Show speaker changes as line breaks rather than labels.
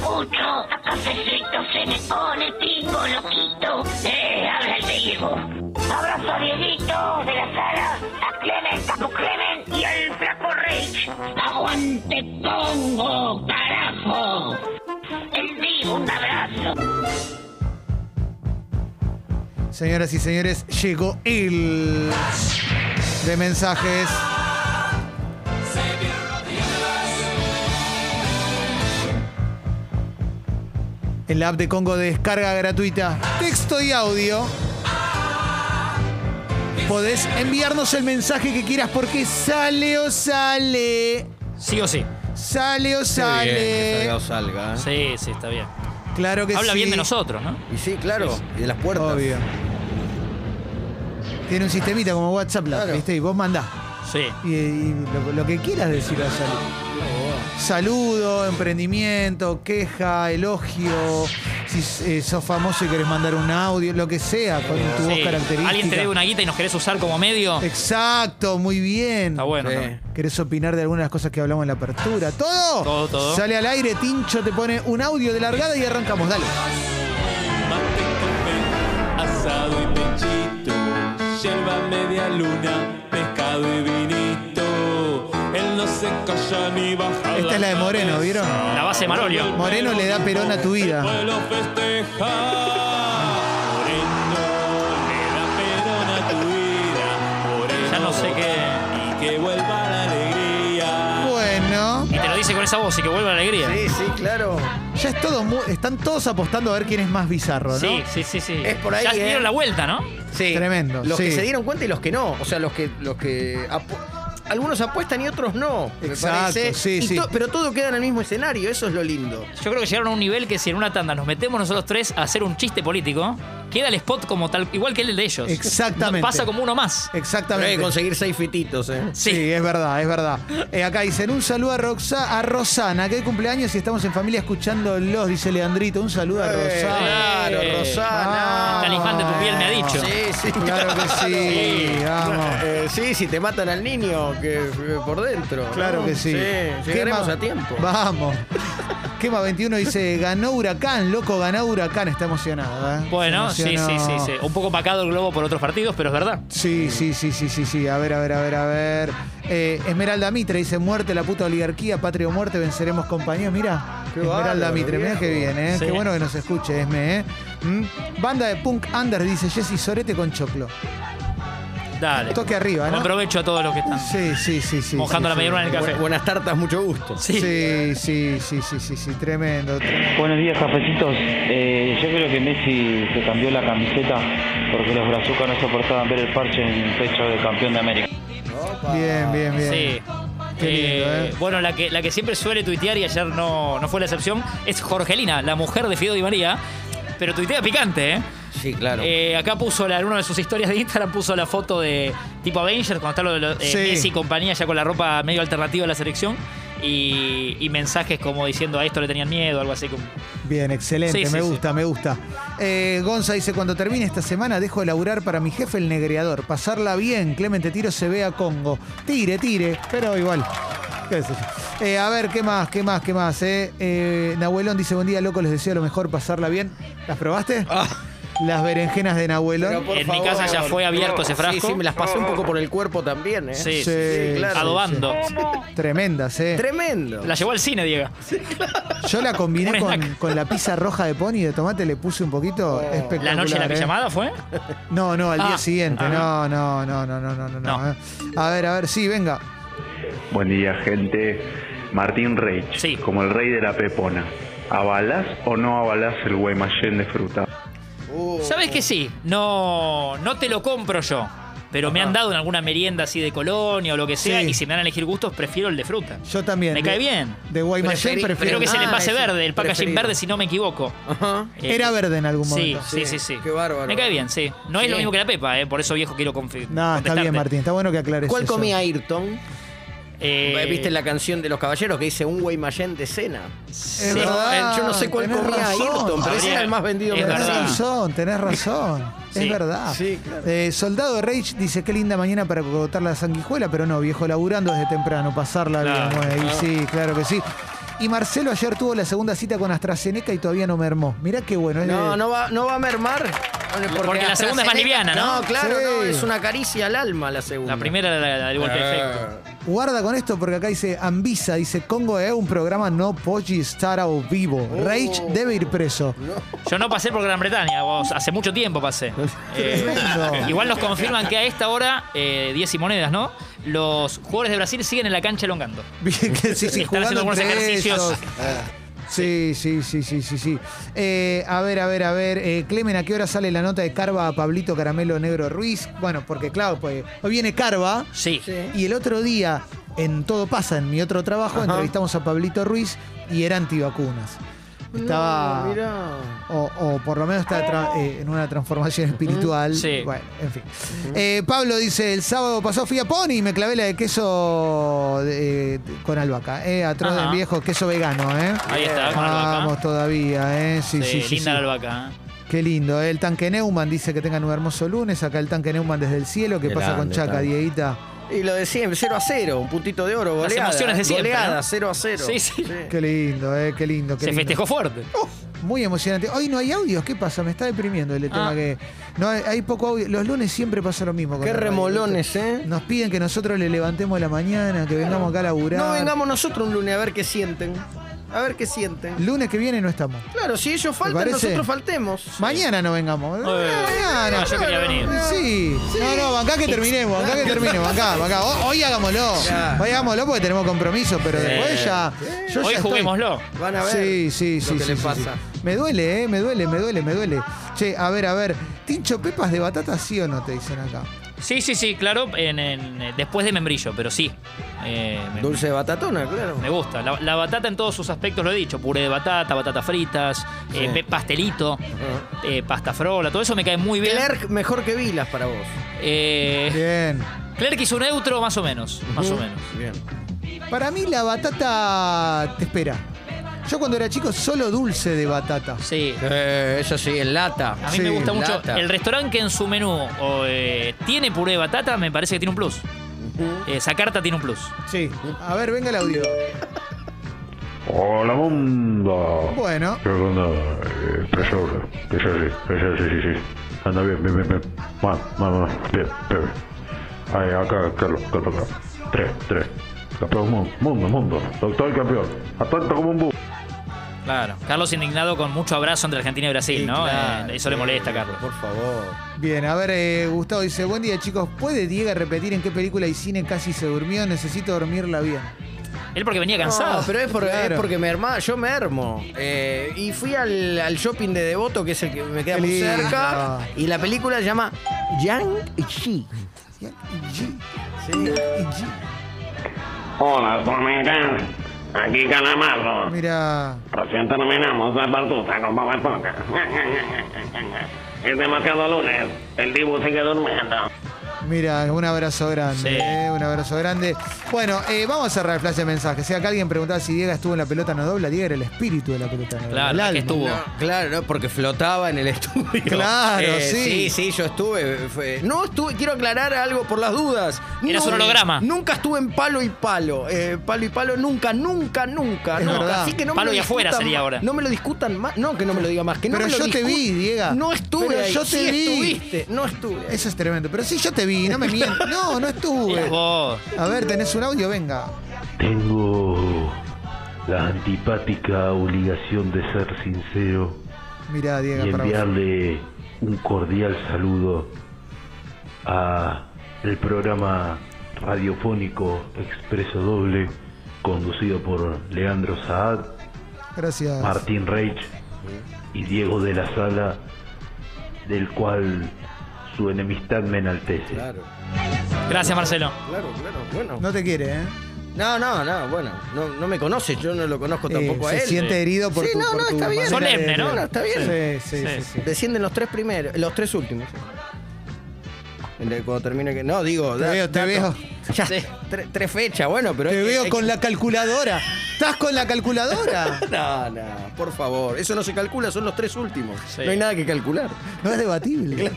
mucho. A cafecito se me pone pingo loquito. Eh, habla el Diego. Abrazo a Dieguito de la Sara, a Clement, a tu Clement y al flaco Rich. Aguante Pongo, carajo. El Diego, un abrazo.
Señoras y señores, llegó el de mensajes. En la app de Congo de descarga gratuita, texto y audio. Podés enviarnos el mensaje que quieras porque sale o sale.
Sí o sí.
Sale o
Qué bien, que
sale.
salga o salga.
Ah.
¿eh?
Sí, sí, está bien.
Claro que
Habla
sí.
bien de nosotros, ¿no?
Y sí, claro,
Sí, sí.
y de las puertas.
Obvio. Tiene un sistemita como WhatsApp, la-
Claro.
¿viste? Y vos mandás.
Sí.
Y, y lo, lo que quieras decir a salud. Saludo, emprendimiento, queja, elogio. Si eh, sos famoso y querés mandar un audio, lo que sea, con tu voz
Sí.
característica.
Alguien te debe una guita y nos querés usar como medio.
Exacto, muy bien.
Está bueno.
Sí.
también.
¿Querés opinar de algunas de las cosas que hablamos en la apertura? ¿Todo?
Todo, todo.
Sale al aire, Tincho te pone un audio de largada y arrancamos, dale.
Mate con asado y pechito, yerba media luna, pescado y vinito. Él no se calla ni baja.
Esta es la de Moreno, ¿vieron?
La base de Marolio.
Moreno le da perón a tu vida.
El pueblo festeja. Moreno le da perón a tu vida. Moreno.
Ya no sé qué.
Y que vuelva la alegría.
Bueno,
Y te lo dice con esa voz y que vuelva la alegría.
Sí, sí, claro.
ya es todo mu- están todos apostando a ver quién es más bizarro, ¿no?
Sí, sí, sí, sí.
Es por ahí,
Ya
¿eh?
dieron la vuelta, ¿no?
Sí.
Tremendo,
Los que
sí.
se dieron cuenta y los que no. O sea, los que. Los que apu- algunos apuestan y otros no. me
Exacto,
parece.
sí,
Y
sí.
to- Pero todo queda en el mismo escenario, eso es lo lindo.
Yo creo que llegaron a un nivel que si en una tanda nos metemos nosotros tres a hacer un chiste político, queda el spot como tal, igual que el de ellos.
Exactamente.
No, pasa como uno más.
Pero hay
Exactamente.
que conseguir seis fititos, ¿eh?
Sí.
Sí.
es verdad, es verdad. Eh, acá dicen un saludo a, Roxa, a Rosana, que hay cumpleaños y estamos en familia escuchándolos, dice Leandrito. Un saludo a Rosana.
Claro,
Eh,
Rosana.
Talifán de tu piel me ha dicho.
Sí, sí,
ah. Claro que sí, vamos.
Eh, sí, si te matan al niño que eh, por dentro.
Claro que sí.
Sí, llegaremos
Quema-
a tiempo.
Vamos. Quema 21 dice, ganó Huracán, loco, ganó Huracán. Está emocionada. ¿eh?
Bueno,
Se
sí, sí,
emocionó.
sí, sí. Un poco pacado el globo por otros partidos, pero es verdad.
Sí, sí, sí, sí, sí, sí. A ver, a ver, a ver, a ver. Eh, Esmeralda Mitre dice: Muerte, la puta oligarquía, patria o muerte, venceremos compañeros. Mira,
Qué
Esmeralda
bárbaro,
Mitre, mira
viejo.
que bien, ¿eh?
Sí.
Qué bueno que nos escuche, Esme, ¿eh? ¿Mm? Banda de punk under dice Jessy Sorete con choclo.
Dale.
Toque arriba,
Buen
¿no?
provecho a todos los que están
Sí, sí, sí, sí. sí,
mojando la
sí.
medialuna en el café.
Bu- buenas tartas, mucho gusto.
Sí.
Sí, sí, sí, sí, sí, sí, tremendo. tremendo.
Buenos días, cafecitos. Eh, yo creo que Messi se cambió la camiseta porque los brazucas no soportaban ver el parche en el pecho de campeón de América.
Bien, bien, bien.
Sí.
Qué lindo, ¿eh?
Bueno, la que, la que siempre suele tuitear y ayer no, no fue la excepción es Jorgelina, la mujer de Fido Di María. Pero tuitea picante, ¿eh?
Sí, claro.
Eh, acá puso la, en una de sus historias de Instagram puso la foto de tipo Avengers, cuando está lo de lo- eh,
Sí.
Messi y compañía ya con la ropa medio alternativa a la selección. Y, y mensajes como diciendo a esto le tenían miedo, algo así como.
Bien, excelente,
Sí, sí,
me
sí.
gusta, me gusta. Eh, Gonza dice, cuando termine esta semana dejo de laburar para mi jefe el negreador. Pasarla bien, Clemente Tiro se ve a Congo. Tire, tire, pero igual. qué sé yo. Eh, a ver, ¿qué más? ¿Qué más? ¿Qué más? eh? Eh, Nahuelón dice, buen día, loco, les deseo lo mejor, pasarla bien. ¿Las probaste? Las berenjenas de Nahuelón.
Pero por
En mi casa ya fue abierto ese frasco.
Sí, sí, me las pasé un poco por el cuerpo también, ¿eh?
Sí,
Sí,
sí,
claro, sí,
adobando.
Tremendas, ¿eh?
Tremendo.
La llevó al cine, Diego.
Yo la combiné
Un
con,
snack.
con la pizza roja de pony de tomate, le puse un poquito. Espectacular.
¿La noche de la
¿eh?
pijamada fue?
No, no, al día
Ah,
siguiente.
ah.
No, no, no, no, no, no, no, no.
No.
eh. A ver, a ver, sí, venga.
Buen día, gente. Martín Reich,
Sí.
como el rey de la pepona. ¿Avalás o no avalás el Guaymallén de fruta?
Uh.
¿Sabes que sí? No, no te lo compro yo. Pero me han dado en alguna merienda así de colonia o lo que sea.
Sí.
Y si me dan a elegir gustos, prefiero el de fruta.
Yo también.
Me
De-
cae bien.
De Guaymallén
Preferi-
prefiero.
Creo que es el
Ah,
envase
ese,
verde, el packaging
preferido.
verde, si no me equivoco.
Ajá.
Eh,
Era verde en algún
Sí,
momento.
sí, sí, sí.
Qué bárbaro.
Me cae bien, sí. No es
Sí.
lo mismo que la Pepa, eh, por eso viejo quiero
No,
confi-
está
contestarte.
bien, Martín. Está bueno que aclares
¿Cuál
eso.
comía Ayrton?
Eh,
¿Viste la canción de los caballeros que dice un Guaymallén de cena?
sí.
Es
Yo-
verdad.
Yo no sé cuál
tenés
comía
razón.
Ayrton, pero ese
Habría-
era el más vendido.
es
me
Tenés
parece.
verdad.
razón, tenés razón. Es
Sí.
verdad.
Sí, claro.
Eh, Soldado Rage dice, qué linda mañana para cogotar la sanguijuela, pero no, viejo, laburando desde temprano, pasarla
Claro.
bien. güey. Y sí, claro que sí. Y Marcelo ayer tuvo la segunda cita con AstraZeneca y todavía no mermó. Mirá qué bueno. es
No,
de-
no va, no va a mermar.
Porque la segunda es más
AstraZeneca-
liviana, ¿no?
No, claro,
Sí.
no, es una caricia al alma la segunda.
La primera era la, la del golpe de efecto.
Ah.
Guarda con esto porque acá dice Ambisa, dice Congo es un programa no poggi estar ao vivo. Rage debe ir preso.
Yo no pasé por Gran Bretaña, vos, hace mucho tiempo pasé. Eh,
Tremendo.
igual nos confirman que a esta hora, eh, 10 y monedas, ¿no? Los jugadores de Brasil siguen en la cancha elongando.
Bien que sí, sí,
Están
jugando
haciendo algunos
entre
ejercicios.
ellos. Sí, sí, sí, sí, sí, sí. Eh, a ver, a ver, a ver. eh, Clemen, ¿a qué hora sale la nota de Carva a Pablito Caramelo Negro Ruiz? Bueno, porque claro, pues hoy viene Carva.
Sí.
Y el otro día, en Todo pasa, en mi otro trabajo, entrevistamos a Pablito Ruiz y era antivacunas. Estaba.
No, mirá.
o, o por lo menos está tra- eh, en una transformación espiritual.
Sí.
Bueno, en fin. Eh, Pablo dice, el sábado pasó fui a Pony y me clavé la de queso de- de- con albahaca. Eh, atroz
Ajá.
del viejo, queso vegano, ¿eh?
Ahí está, con albahaca.
Vamos todavía, ¿eh? Sí, sí,
Sí,
sí,
linda
sí.
la albahaca. ¿eh?
Qué lindo. eh. El tanque Neumann dice que tengan un hermoso lunes. Acá el tanque Neumann desde el cielo. ¿Qué pasa con
Grande,
Chaca,
tanque.
Dieguita?
Y lo de siempre, 0 a 0, un puntito de oro,
Las
goleada.
emociones de siempre,
Goleada,
¿no?
0 a 0.
Sí, sí.
Qué lindo, eh, qué lindo. Qué
Se
lindo. Uh,
festejó fuerte.
Muy emocionante. Hoy no hay audios, ¿qué pasa? Me está deprimiendo el
Ah.
tema que. No, hay- hay poco audio. Los lunes siempre pasa lo mismo. con
Qué
la radio,
remolones,
¿viste?
¿eh?
Nos piden que nosotros le levantemos la mañana, que vengamos acá a laburar.
No vengamos nosotros un lunes a ver qué sienten. A ver qué sienten.
Lunes que viene no estamos.
Claro, si ellos faltan,
parece?
nosotros faltemos.
Mañana no vengamos. mañana.
no, Eh. Ah, yo quería venir.
Sí. No, no, bancá que terminemos, bancá que terminemos, bancá, bancá. Ho- Hoy hagámoslo.
Ya.
Hoy hagámoslo porque tenemos compromiso, pero después ya. yo
Hoy
ya estoy-
juguémoslo.
Van a ver
Sí, sí,
lo
sí.
que
sí,
le
sí,
pasa.
sí. Me duele, ¿eh? Me duele, me duele, me duele. Che, a ver, a ver. ¿Tincho pepas de batata sí o no te dicen acá?
Sí, sí, sí, claro, en- en- eh, después de membrillo, pero sí. Eh, me,
Dulce de batatona, claro.
me gusta. La, la batata en todos sus aspectos, lo he dicho. Puré de batata, batatas fritas, eh,
Sí.
pe- pastelito,
Ah.
eh, pasta frola, todo eso me cae muy bien.
Clerc mejor que Vilas para vos.
Eh,
Bien.
Clerc hizo neutro, más o menos. Más o menos.
Bien.
Para mí la batata te espera. Yo cuando era chico solo dulce de batata.
Sí.
Eh, eso sí, en lata.
A mí
Sí,
me gusta mucho.
lata.
El restaurante que en su menú o, eh, tiene puré de batata, me parece que tiene un plus. Eh, esa carta tiene un plus.
Sí. A ver, venga el audio.
Hola mundo.
Bueno.
Yo cuando eh, preso, preso, sí, preso, sí, sí, sí. Anda bien, bien, bien, bien. Más, más, más, bien, bien. bien. Ahí, acá, Carlos, Carlos, Carlos. Tres, tres. Campeón mundo, mundo, mundo. Doctor campeón. Atento como un bu.
Claro. Carlos indignado con mucho abrazo entre Argentina y Brasil,
Sí,
¿no?
claro.
Eh, eso le molesta a Carlos.
Por favor.
Bien, a ver, eh, Gustavo dice, buen día chicos, ¿puede Diego repetir en qué película y cine casi se durmió? Necesito dormirla bien.
Él porque venía cansado.
No, Ah, pero es porque,
Claro.
es porque me armaba, yo me armo. Eh, y fui al, al shopping de Devoto, que es el que me queda
Qué
muy
lindo.
cerca. Y la película se llama Yang Chi.
Hola, Formica. Aquí Calamardo.
Mira,
Recién terminamos la partuta con Bob Esponja. Es demasiado lunes. El Dibu sigue durmiendo.
mira, un abrazo grande,
Sí.
eh, un abrazo grande. Bueno, eh, vamos a cerrar el flash de mensaje. Si acá alguien preguntaba si Diego estuvo en la pelota no dobla, Diego era el espíritu de la pelota no
Claro,
dobla, el
es que
alma.
estuvo.
claro, no, porque flotaba en el estudio. Eh,
Claro, sí.
Sí, sí, yo estuve. fue- No estuve, quiero aclarar algo por las dudas.
Eras
No,
un holograma.
Nunca estuve en palo y palo. Eh, palo y palo, nunca, nunca, nunca.
Es
nunca.
verdad.
Así que no me
Palo
lo
y afuera
discutan
sería
más.
ahora.
No me lo discutan más. No, que no me lo diga más. Que no
Pero
me lo
yo te
discu-
vi, Diego.
No estuve.
Pero
ahí.
yo te
Sí
vi.
Estuviste. No estuve. ahí.
Eso es tremendo, pero sí, yo te vi, no me mientas. No, no
Mirá
estuve.
vos.
A ver, tenés un audio, venga.
Tengo la antipática obligación de ser sincero
Mirá,
y
Diego, para vos.
enviarle un cordial saludo a el programa radiofónico Expreso Doble conducido por Leandro Saad,
Gracias.
Martín Reich y Diego de la Sala, del cual su enemistad me enaltece.
Claro,
Gracias, Marcelo.
claro, claro. Bueno.
No te quiere, ¿eh?
No, no, no, bueno. No, no me conoce, yo no lo conozco tampoco
Eh,
a
se
él.
siente herido por
Sí,
tu-
no,
por
no,
tu
está bien.
manera
Solemne,
de-
¿no?
No, está bien.
Sí, sí, sí. sí.
Descienden los tres primeros, los tres últimos. En el- Cuando termine que. No, digo.
Te
da-
veo, te
dato.
veo.
Ya, tre- tres fechas, bueno, pero.
Te
es que-
veo
es
con
que-
la calculadora. ¿Estás con la calculadora?
No, no, por favor. Eso no se calcula, son los tres últimos.
Sí.
No hay nada que calcular.
No es debatible.